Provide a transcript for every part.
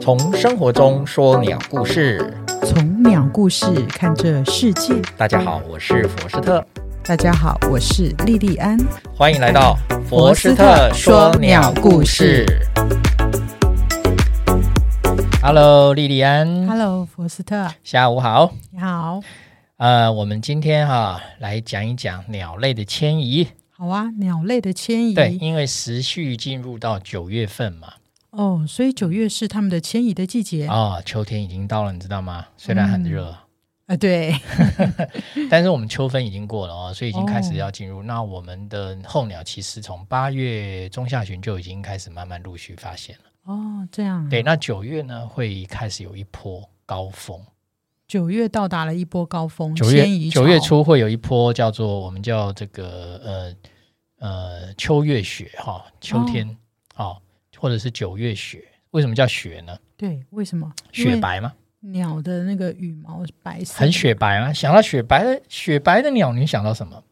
从生活中说鸟故事。从鸟故事看这世界。大家好，我是佛斯特，大家好，我是莉莉安。欢迎来到佛斯特说鸟故事。 Hello，莉莉安 Hello，佛斯特，下午好。你好。呃，我们今天哈、来讲一讲鸟类的迁移。好啊，鸟类的迁移。对，因为时序进入到九月份嘛，哦，所以九月是他们的迁移的季节。啊、啊、秋天已经到了，你知道吗？虽然嗯很热，啊对，但是我们秋分已经过了哦，所以已经开始哦要进入。那我们的候鸟其实从八月中下旬就已经开始慢慢陆续发现了。哦，这样。，对，那九月呢会开始有一波高峰，九月到达了一波高峰，九迁嗯移月潮九月。初会有一波叫做我们叫这个呃呃秋月雪哈、秋天哦或者是九月雪。为什么叫雪呢？对，为什么？雪。白吗？鸟的那个羽毛是白色的，很雪白吗？想到雪白的雪白的鸟，你想到什么？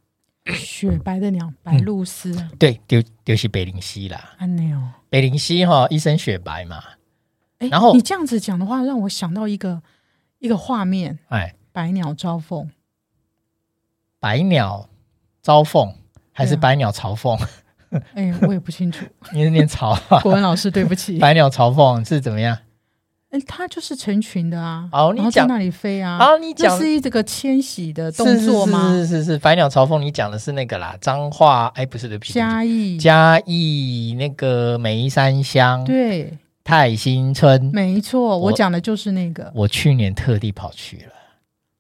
雪白的鸟，白鹭鸶啊对，就就是北灵溪啦。啊鸟。北灵溪哈、一身雪白嘛，哎嗯然后你这样子讲的话，让我想到一个一个画面：哎，百鸟朝凤。百鸟朝凤还是对啊百鸟朝凤？哎，我也不清楚，你是念朝 啊？国文老师，对不起。百鸟朝凤是怎么样？哎，它就是成群的啊，哦你然后在讲那里飞啊，啊，你这讲是一这个迁徙的动作是吗？是是是是，百鸟朝凤，你讲的是那个啦，彰化哎，不是对不起，对不起嘉义，嘉义那个梅山乡对，泰兴村，没错，我我讲的就是那个，我去年特地跑去了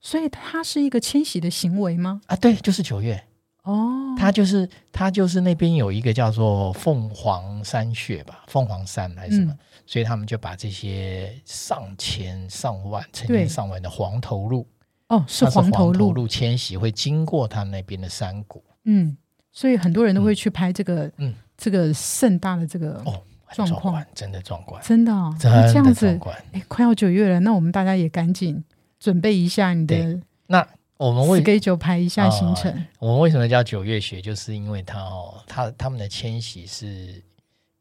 所以它是一个迁徙的行为吗？啊，对，就是九月。哦，它就是它就是那边有一个叫做凤凰山穴吧，凤凰山还是什么，嗯所以他们就把这些上千上万、成对千上万的黄头鹿，哦，是它黄头头鹿，鹿迁徙会经过他们那边的山谷，嗯，所以很多人都会去拍这个，嗯这个盛大的这个，哦，很壮壮观观，真的壮观，真的哦，真那这样的壮子，观。哎，快要九月了，那我们大家也赶紧准备一下你的那我们啊为 schedule，排一下行程，我们为什么叫九月雪，就是因为它哦，它它们的迁徙是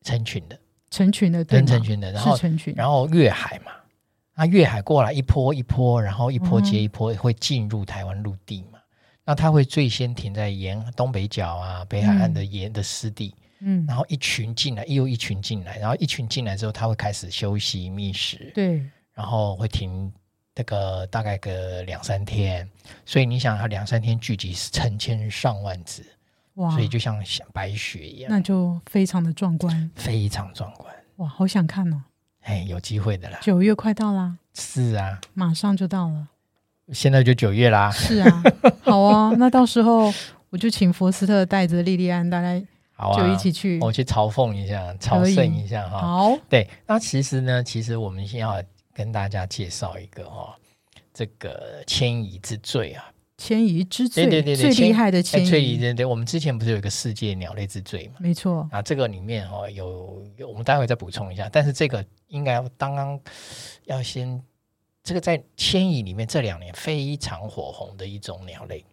成群的，成群的，对跟吗？成群的，然后是成群，然后越海嘛，那越海过来一波一波，然后一波接嗯一波，会进入台湾陆地嘛。那它会最先停在沿东北角啊，北海岸的沿的湿地，嗯，然后一群进来，又一群进来，然后一群进来之后，它会开始休息觅食，对。然后会停这个大概个两三天。所以你想，它两三天聚集是成千上万只，哇，所以就像像白雪一样，那就非常的壮观非常壮观。哇，好想看哦！哎，有机会的啦。九月快到啦，是啊，马上就到了。现在就九月啦。是啊，好哦，那到时候我就请佛斯特带着莉莉安，大家好啊，就一起去。我去嘲讽一下，朝可以圣一下哈。好，对，那其实呢，其实我们先要跟大家介绍一个哦，这个迁移之最啊，迁移之最对对对对，最厉害的哎迁最厉移，对对，我们之前不是有一个世界鸟类之最嘛？没错，啊，这个里面哦有有，我们待会再补充一下，但是这个应该要刚刚要先。这个在迁移里面这两年非常火红的一种鸟类，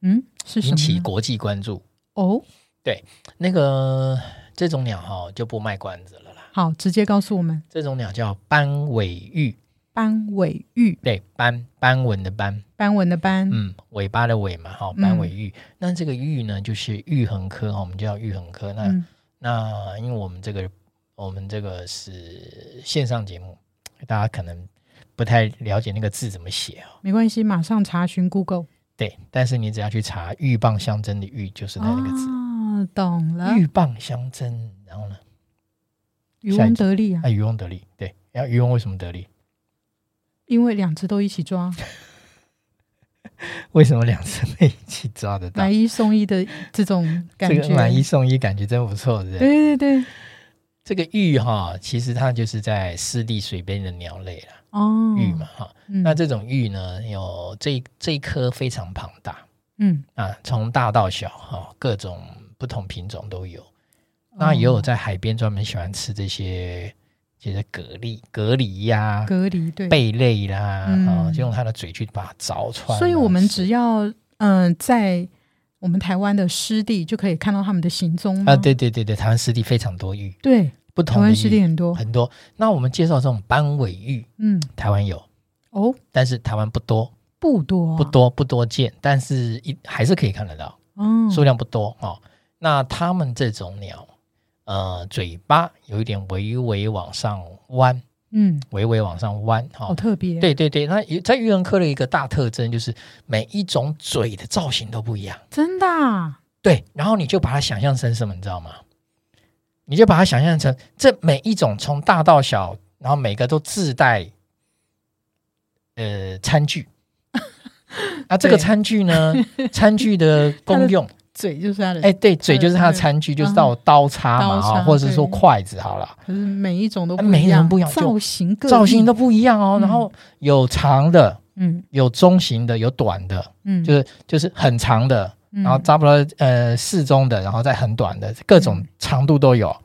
嗯，是什引么起呢？国际关注。哦，那个这种鸟哈、就不卖关子了啦，好，直接告诉我们，这种鸟叫斑尾鹬，斑尾鹬，对，斑斑纹的斑，斑纹的斑，嗯，尾巴的尾嘛，哈、斑嗯尾鹬。那这个鹬呢，就是鹬鸻科，哈，我们叫鹬鸻科。那、嗯，那因为我们这个我们这个是线上节目，大家可能不太了解那个字怎么写哦。没关系，马上查询 Google。对，但是你只要去查鹬蚌相争的鹬，就是它那个字，啊，懂了，鹬蚌相争。然后呢，渔翁得利啊那，渔翁得利，对，然后渔翁为什么得利？ 因为两只都一起哎抓。为什么两只在一起抓得到买？一送一的这种感这觉。个买一送一感觉真不错，对不对？对对对，这个鹬哈，其实它就是在湿地水边的鸟类啦，哦，鹬嘛哈。嗯，那这这种鹬呢，有这这一颗非常庞大嗯，啊，从大到小哈，各种不同品种都有。哦那也有在海边专门喜欢吃这些，就是蛤蜊、蛤蜊呀、隔离对，贝类啦，嗯啊，就用它的嘴去把它凿穿啊。所以我们是只要嗯、呃在我们台湾的湿地就可以看到他们的行踪啊吗啊，对对对对，台湾湿地非常多鹬，对不不台同的湾湿地鱼很多，很多。那我们介绍这种斑尾鹬，嗯，台湾有，哦，但是台湾不多，不多啊，不多不多见，但是一还是可以看得到，嗯，数量不多哦。那它们这种鸟，呃，嘴巴有一点微微往上弯，嗯，微微往上弯，好哦。特别，，啊对对对，那有在玉人科的一个大特征就是每一种嘴的造型都不一样。真的啊，对，然后你就把它想象成什么，你知道吗？你就把它想象成这每一种从大到小，然后每个都自带呃餐具。啊，这个对餐具呢，餐具的功用，嘴就是它的，哎，对，嘴就是它的对餐具，就是嗯到刀叉嘛，刀叉啊，或者是说对筷子好了，可是每一种都哎不每一一种样，不一样就造型各异造型都，不一样哦。然嗯后有长的，嗯有中型的，有短的，嗯，就是就是很长的，嗯然后差不多呃适中的，然后再很短的，各种嗯长度都有，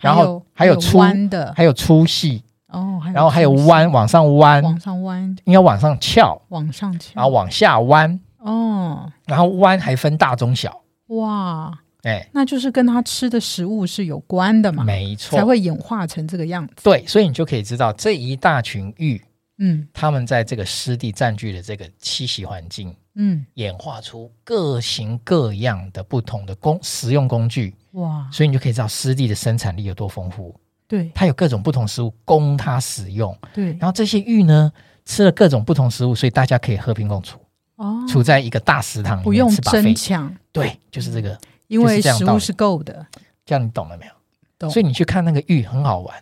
然还后还有有粗弯的，还有粗细，哦，然后还有嗯粗细弯，往上弯，往上弯，应该往上翘，往上翘，然后往下弯，哦，然后弯还分大中小，哇，哎，那就是跟它吃的食物是有关的嘛，没嗯才错，会演化成这个样子。对，所以你就可以知道这一大群玉，嗯它们在这个湿地占据的这个栖息环境。嗯，演化出各型各样的不同的工食用工具，哇，所以你就可以知道湿地的生产力有多丰富。对它有各种不同食物供它使用，对，然后这些玉呢，吃了各种不同食物，所以大家可以和平共处，哦，处在一个大食堂里不用面吃争 buffet。抢，对，就是这个，因为这样食道物理是够的。这样你懂了没有？懂所以你去看那个玉很好玩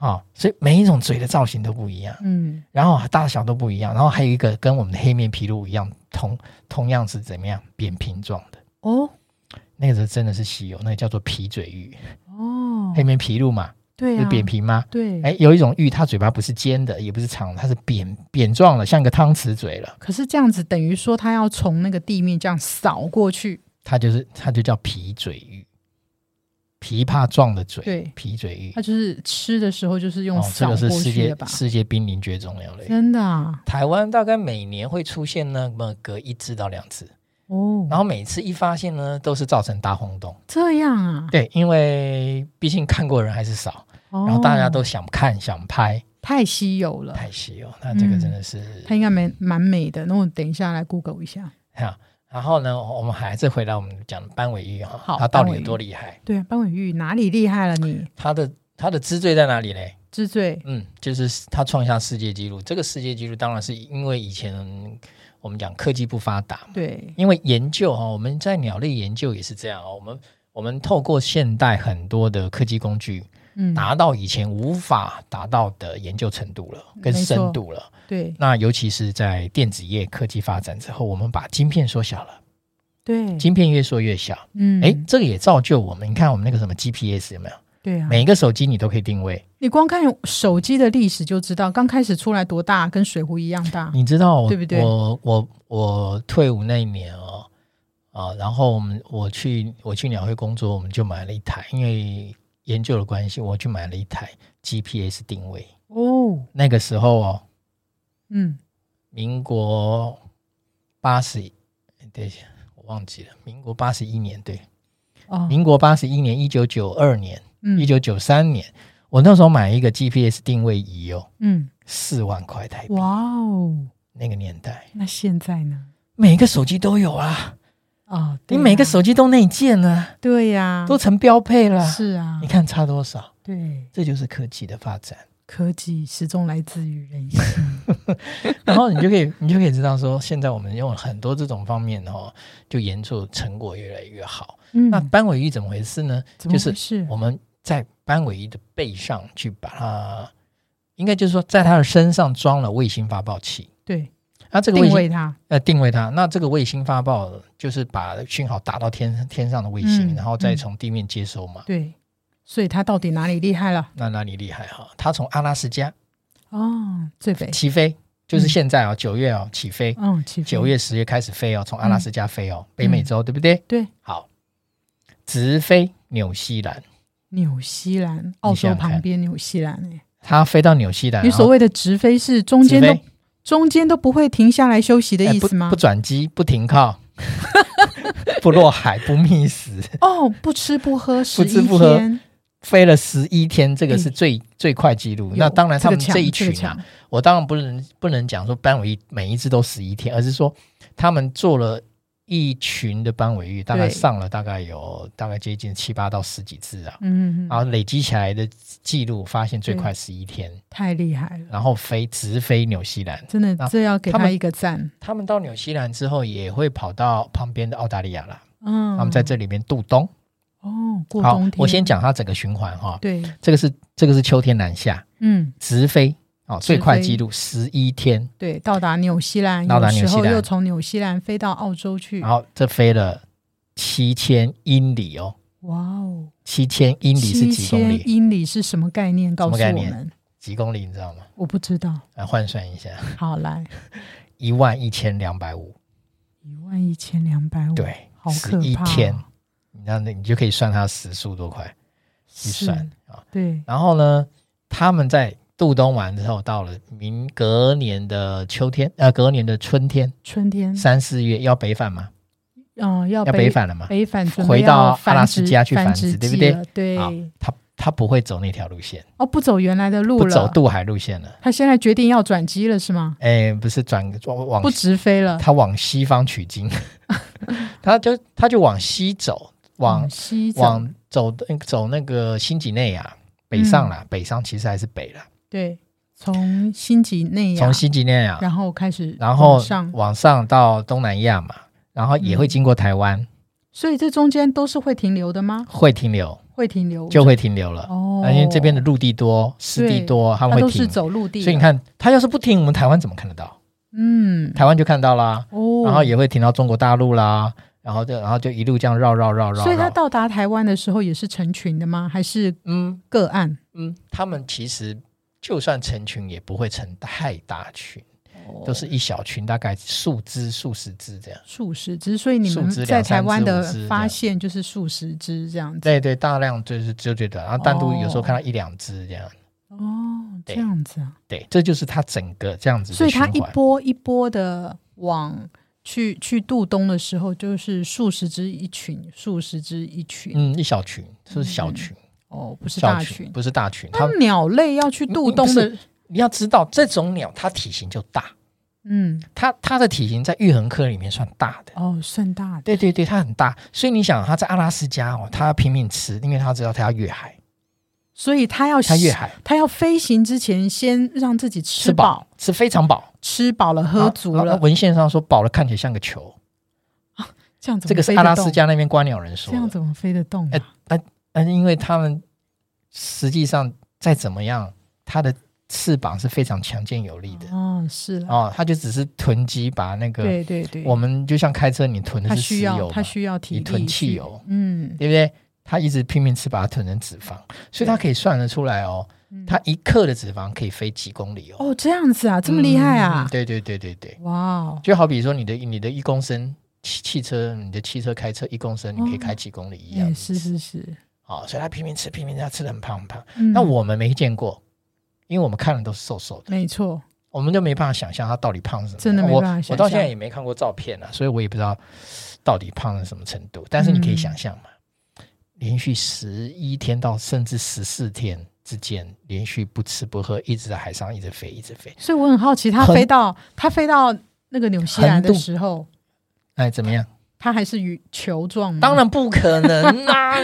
啊、所以每一种嘴的造型都不一样，嗯，然后大小都不一样，然后还有一个跟我们的黑面琵鹭一样，同同样是怎么样扁平状的。哦那个真的是稀有，那个叫做皮嘴玉，哦，黑面琵鹭嘛，对是啊，扁平吗？对，哎，有一种玉，它嘴巴不是尖的，也不是长的，它是扁扁状的，像一个汤匙嘴了。可是这样子等于说它要从那个地面这样扫过去，它就是它就叫皮嘴玉，琵琶状的嘴，对，皮嘴玉它。就是吃的时候就是用哦，这扫个是过世去界的吧？世界濒临绝种鸟类。真的啊， 台湾大概每年会出现那么隔一次到两次，哦，然后每次一发现呢，都是造成大轰动。这样啊，对，因为毕竟看过人还是少，然然后大家都想看想拍，哦太稀有了，太稀有。那这个嗯真的是它应该蛮蛮美的。那我等一下来 Google 一下。哈。然后呢，我们还是回到我们讲的斑尾鹬哈好，它到底斑尾有鹬多厉害？对啊，班尾玉哪里厉害了你？它的它的之最在哪里嘞？之最，嗯，就是他创下世界纪录。这个世界纪录当然是因为以前我们讲科技不发达嘛，对，因为研究哈、哦，我们在鸟类研究也是这样哦。我们我们透过现代很多的科技工具，嗯，达到以前无法达到的研究程度了，跟没错深度了。对那尤其是在电子业科技发展之后，我们把晶片缩小了，对，晶片越缩越小。嗯，哎、这个也造就我们，你看我们那个什么 GPS 有没有？对啊，每一个手机你都可以定位。你光看手机的历史就知道，刚开始出来多大，跟水壶一样大。你知道我嗯对不对我我我退伍那一年哦，啊，然后我们我去我去鸟会工作，我们就买了一台，因为研究的关系，我去买了一台 GPS 定位。哦，那个时候哦，嗯，民国八十，等一下我忘记了，民国八十一年，对，哦，民国八十一年，一九九二年，一嗯九九三年，我那时候买一个 GPS 定位仪哦，嗯，四万块台币，哇哦，那个年代，那现在呢？每个手机都有啊。哦，对你啊每个手机都内建了、对呀，都成标配了。是啊你，看差多少？对，这就是科技的发展。科技始终来自于 人性。然后你就可以，你就可以知道说，现在我们用很多这种方面哦，就研究成果越来越好。嗯，那斑尾鹬怎么回事呢？怎么就是回事我们在斑尾鹬的背上去把它，应该就是说，在它的身上装了卫星发报器。对，那这个卫定星位它，呃定位它，那这个卫星发报就是把讯号打到天天上的卫星，嗯然后再嗯从地面接收嘛。对，所以它到底哪里厉害了？那哪里厉害哈、它从阿拉斯加哦，最北，起飞，就是嗯现在哦，九、月哦起飞，嗯，起飞九月、十月开始飞哦，从阿拉斯加飞哦，北嗯美洲对不对？对，好，直飞纽西兰，纽西兰，澳想洲想看旁边纽西兰哎。它飞到纽西兰，你然所后谓的直飞是中间直都飞中间都不会停下来休息的哎意思吗不？不转机，不停靠， 不落海，不觅食，哦，不吃不喝十不吃一不喝天，飞了十一天，这个是哎最、最快纪录。有那当然，他们这个这一强群这个啊，强我当然不能不能讲说班尾每一只都十一天，而是说他们做了一群的班尾玉，大概对上了大概有大概接近七八到十几只啊，嗯，嗯然嗯后累积起来的记录发现最对快十一天，太厉害了，然后飞直飞纽西兰。真的那，这要给他他们一个赞。他们到纽西兰之后，也会跑到旁边的澳大利亚啦。嗯，他们在这里面度冬。哦，过好冬天，我先讲它整个循环哈、对，这个是这个是秋天南下嗯，直飞哦，直飞最快记录十一天，对，到达纽西兰，到达有时纽西候兰又从纽西兰飞到澳洲去然。后这飞了七千英里哦，哇哦，七千英里是七几公千里？英里是什么概念？告诉概我念们，几公里你知道吗？我不知道。来换算一下，好，来一万一千两百五，一万一千两百五，对，好可十怕哦一天，你那你就可以算它时速多快，一是算啊、对，然后呢，他们在度冬完之后，到了明隔年的秋天，呃，隔年的春天，春天，三四月要北返嘛，嗯，要要北北返了嘛，北返，准备回到要繁阿拉斯殖加去繁繁殖殖对不季对啊了？对，好他他不会走那条路线，哦，不走原来的路不了，走渡海路线了。他现在决定要转机了是吗？哎，不是转往往不直飞了，他往西方取经， 他就他就往西走，往嗯西走往走的走那个新几内亚北上嗯啦，北上其实还是北啦，对，从新几内亚从，新几内亚，哎然后开始然后往上，往上到东南亚嘛，然后也会嗯经过台湾，所以这中间都是会停留的吗？会停留会停留就会停留了。哦，因为这边的陆地多，湿地多，他它们会都停是。走陆地，啊所以你，看，他要是不停，我们台湾怎么看得到？嗯，台湾就看到啦，哦，然后也会停到中国大陆啦，然后就然后就一路这样绕绕绕绕。所以他绕到达台湾的时候也是成群的吗？还是嗯个案？嗯，他们其实就算成群，也不会成太大群，哦都是一小群，大概数只、数十只这样。数十只，所以你数们只在两三台湾只的五只这发样现就是数十只这样子。对对，大量就是就觉得，然后单独有时候哦看到一两只这样。哦，这对样子啊，对，这就是它整个这样子的所以它循一环波一波的往去去渡冬的时候，就是数十只一群，数十只一群，嗯，一小群是小群，哦，不是小大群群。嗯不是大群。它那鸟类要去渡冬嗯的，你要知道，这种鸟它体型就大，嗯，它它的体型在玉衡科里面算大的。哦，算大的，对对对，它很大，所以你想，它在阿拉斯加哦，它要拼命吃，因为它知道它要越海，所以它要它越海它要飞行之前，先让自己吃吃饱饱，，吃非常饱，吃饱了，喝足然后然了后，文献上说饱了看起来像个球，这样怎这么个是飞阿拉得斯动？加那边观鸟人说这样的。怎么飞得动啊？哎但是因为他们实际上再怎么样，它的翅膀是非常强健有力的哦，是了，哦，它就只是囤积把那个对对对，我们就像开车，你囤的它是石需油要嘛它需要体你力囤汽去油，嗯，对不对？他一直拼命吃，把它囤成脂肪，所以他可以算得出来哦，嗯他一克的脂肪可以飞几公里哦，哦，这样子啊，这么厉害啊嗯！对对对对对，哇哦，就好比说你的你的一公升汽汽车，你的汽车开车一公升，你可以开几公里一样也，哎是是是。哦，所以他拼命吃，拼命吃，他吃的很胖很胖。嗯那我们没见过，因为我们看的都是瘦瘦的，没错，我我们就没办法想象他到底胖成什么样。真的没办法想我象我到现在也没看过照片啊，所以我也不知道到底胖成什么程度。但是你可以想象嘛，嗯连续十一天到甚至十四天之间，连续不吃不喝，一直在海上一直飞，一直飞，所以我很好奇，它横飞到它飞到那个纽西兰横的渡时候，哎，怎么样？它还是鱼球状吗？当然不可能 啦、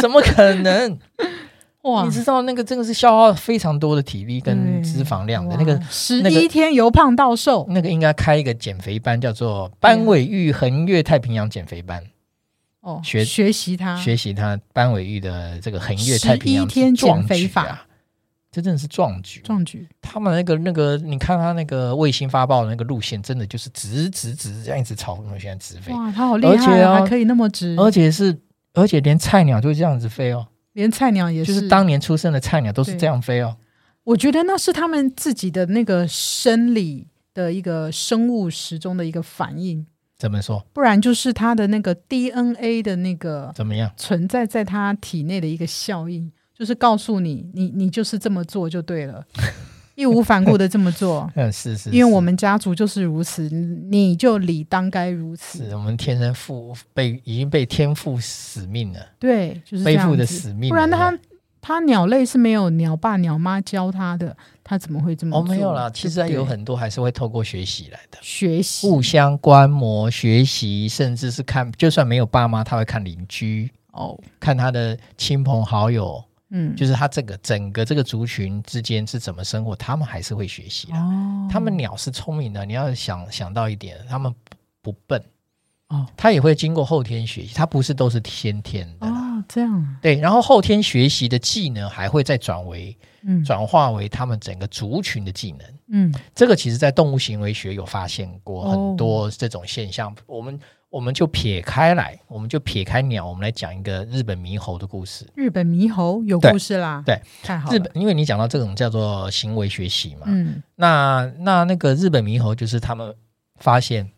怎么可能？哇你，知道那个真的是消耗非常多的体力跟对脂肪量的那个。十那一个天由胖到瘦，那个应该开一个减肥班，叫做啊班尾玉横越太平洋减肥班。哦，学学习它，学习他班尾玉的这个横越太平洋11天壮减肥举啊法，这真的是壮举。壮举，他们那个那个，你看他那个卫星发报的那个路线，真的就是直直直这样一直朝我们现在直飞，哇，它好厉而害且啊，哦还可以那么直，而且是而且连菜鸟就这样子飞哦，连菜鸟也就是当年出生的菜鸟都是对这样飞哦。我觉得那是他们自己的那个生理的一个生物时钟的一个反应，怎么说？不然就是它的那个 DNA 的那个怎么样？存在在它体内的一个效应，就是告诉你，你你就是这么做就对 。了，义无反顾的这么做嗯，是是，因为是我们家族就是如此，你就理当该如此。是我们天生赋被已经被天赋使命了，对，就是这背样负的子使命了。哦不然他他鸟类是没有鸟爸鸟妈教他的，他怎么会这么哦，做没有啦，其实对不对有很多还是会透过学习来的，学习互相观摩、学习，甚至是看，就算没有爸妈，他会看邻居，哦，看他的亲朋好友，嗯，就是他这个整个这个族群之间是怎么生活，他们还是会学习的。哦，他们鸟是聪明的，你要想想到一点，他们不不笨哦他也会经过后天学习，他不是都是先天的啦。哦这样啊，对，然后后天学习的技能还会再转为嗯转化为他们整个族群的技能。嗯这个其实，在动物行为学有发现过哦很多这种现象。我们我们就撇开来，我们就撇开鸟，我们来讲一个日本猕猴的故事。日本猕猴有对故事啦，对，太好了，日本，因为你讲到这种叫做行为学习嘛，嗯那那那个日本猕猴就是他们发现，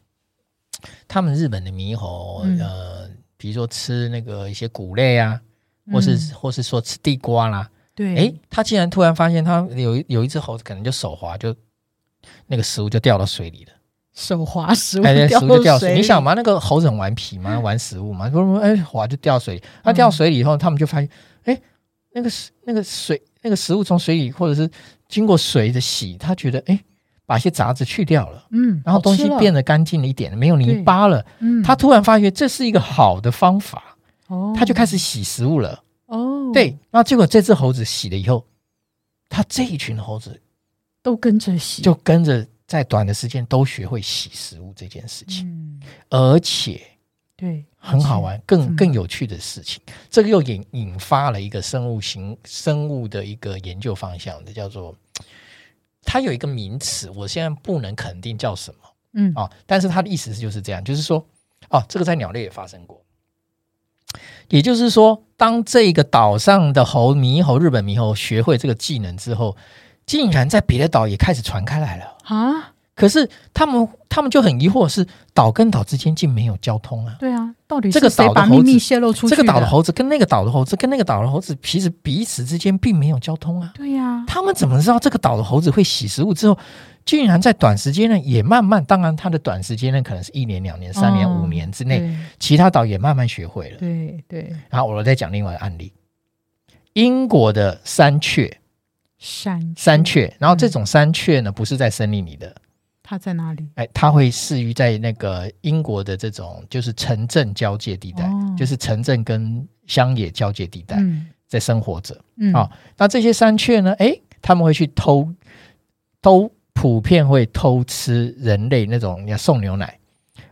他们日本的猕猴，嗯呃，比如说吃那个一些谷类啊，或是、嗯或是说吃地瓜啦，对，诶，他竟然突然发现他有一有一只猴子可能就手滑就。那个食物就掉到水里了，手滑食物哎，那掉食物就掉水水。里，你想嘛，那个猴子很顽皮嘛，玩食物嘛，不不，哎，滑就掉水里。它掉水里以后，他们就发现，哎，那个食那个水那个食物从水里或者是经过水的洗，他觉得哎，把一些杂质去掉了，嗯，然后东西好吃了变得干净了一点，没有泥巴了。嗯，他突然发觉这是一个好的方法，哦他就开始洗食物了。哦，，对，那结果这只猴子洗了以后，它这一群猴子都跟着洗，就跟着在短的时间都学会洗食物这件事情，嗯，而且对，很好玩，更嗯更有趣的事情。这个又引引发了一个生物型生物的一个研究方向的，叫做它有一个名词，我现在不能肯定叫什么。嗯，啊、但是它的意思就是这样，就是说，哦，这个在鸟类也发生过。也就是说，当这个岛上的猴猕猴，日本猕猴学会这个技能之后，竟然在别的岛也开始传开来了。啊，可是他们他们就很疑惑，是岛跟岛之间竟没有交通啊。对啊，到底这是个谁岛的把猴秘子密泄露出去？这个岛的，猴子跟那个岛的猴子跟那个岛的猴子，其实彼此之间并没有交通啊。对呀，他们怎么知道这个岛的猴子会洗食物之后，竟然在短时间内也慢慢，当然它的短时间内可能是一年、两年、三年、哦五年之内，其他岛也慢慢学会了。对对对，然后我再讲另外一个案例，英国的山雀，山山，雀，然后这种山雀呢，不是在森林里的，它在哪里？哎，它会适于在那个英国的这种就是城镇交界地带，哦就是城镇跟乡野交界地带、嗯在生活着。嗯，哦，那这些山雀呢？诶，他们会去偷，都普遍会偷吃人类那种，你看送牛奶。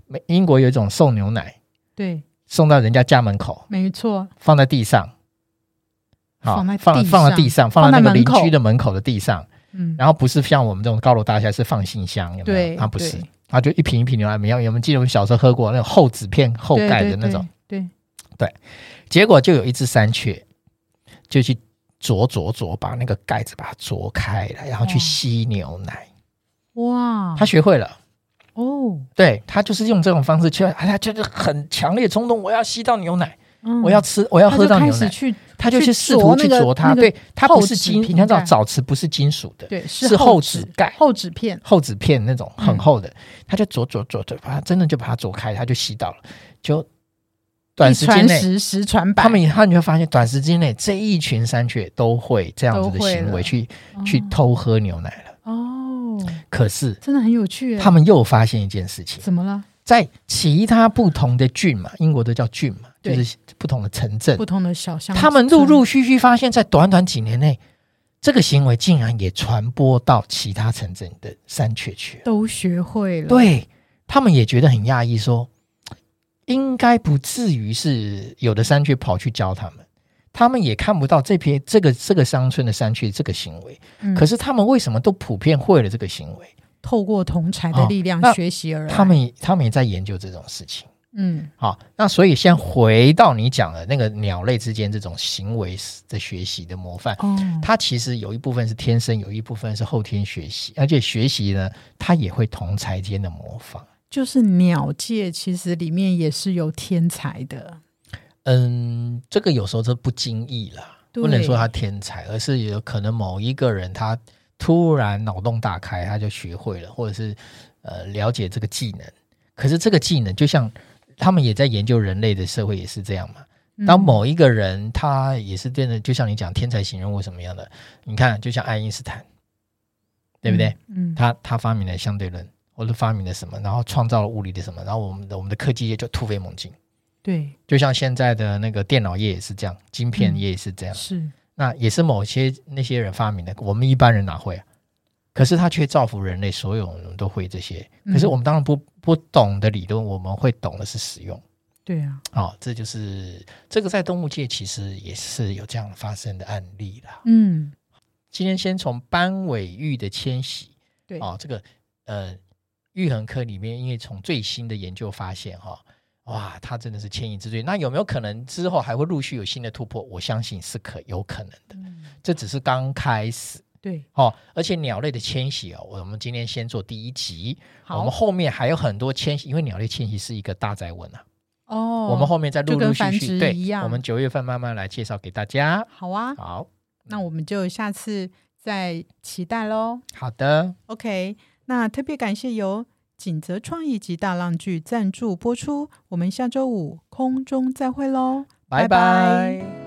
美英国有一种送牛奶，对，送到人家家门口，没错，放在地上，好、放在地放了放在地上，放放在在那个邻门口居的门口的地上。嗯，然后不是像我们这种高楼大厦是放信箱，有没有？对它不是对，它就一瓶一瓶牛奶，没有。我们记得我们小时候喝过那种厚纸片厚对盖对的那种。对，对结果就有一只山雀，就去啄啄啄，把那个盖子把它啄开了，然后去哦吸牛奶。哇，它学会了，哦，对，它就是用这种方式去，哎它就是很强烈冲动，我要吸到牛奶，嗯我要吃，我要它喝就到开牛始奶。去，它就去去试啄图那去个啄它，那个对，它不厚是纸金，瓶你看到盖早池不是金属的，对，是厚厚纸盖厚纸片，厚纸片那种很嗯厚的，它就啄啄啄啄，把它真的就把它啄开，它就吸到了，就短一时间传内十，十传百，他们以后你会发现，短时间内这一群山雀都会这样子的都会行为了去去偷喝牛奶了。哦，哦可是真的很有趣耶，他们又发现一件事情，怎么了？在其他不同的郡嘛，英国都叫郡嘛，对就是不同的城镇不，同的小巷，他们陆陆续续发现，在短短几年内，这个行为竟然也传播到其他城镇的山雀去了。都学会了，，对他们也觉得很讶异，说应该不至于是有的山雀跑去教他们，他们也看不到这篇这个这个乡村的山雀这个行为，嗯可是他们为什么都普遍会了这个行为？透过同才的力量哦那学习而来，他们也他们也在研究这种事情。嗯好，那所以先回到你讲的那个鸟类之间这种行为的学习的模范，哦，它其实有一部分是天生，有一部分是后天学习，而且学习呢，它也会同才间的模仿。就是鸟界其实里面也是有天才的，嗯，这个有时候是不经意啦，不能对说他天才，而是有可能某一个人他突然脑洞大开，他就学会了，或者是呃了解这个技能。可是这个技能就像他们也在研究人类的社会也是这样嘛，嗯当某一个人他也是变得，就像你讲天才型人物什么样的，你看，就像爱因斯坦，对不对？？嗯，他他发明了相对论，或者发明了什么，然后创造了物理的什么，然后我们的我们的科技业就突飞猛进。对，就像现在的那个电脑业也是这样，晶片嗯业也是这样，是，那也是某些那些人发明的，我们一般人哪会啊？可是他却造福人类，所有人都会这些。可是嗯我们当然不不懂的理论，我们会懂的是使用。对啊，哦，这就是这个在动物界其实也是有这样发生的案例啦。嗯，今天先从斑尾鹬的迁徙，对哦，这个呃，鹬鸻科里面，因为从最新的研究发现哈、哇，它真的是牵引之最。那有没有可能之后还会陆续有新的突破？我相信是可有可能的，嗯这只是刚开始对，哦。而且鸟类的迁徙哦，我们今天先做第一集，我好们，后面还有很多迁徙，因为鸟类迁徙是一个大宅文啊。哦，我们后面再陆就陆跟续繁续殖对一样我们九月份慢慢来介绍给大家。好啊，好，嗯那我们就下次再期待喽。好的， OK，那特别感谢由锦泽创意及大浪剧赞助播出，我们下周五空中再会喽，拜拜拜拜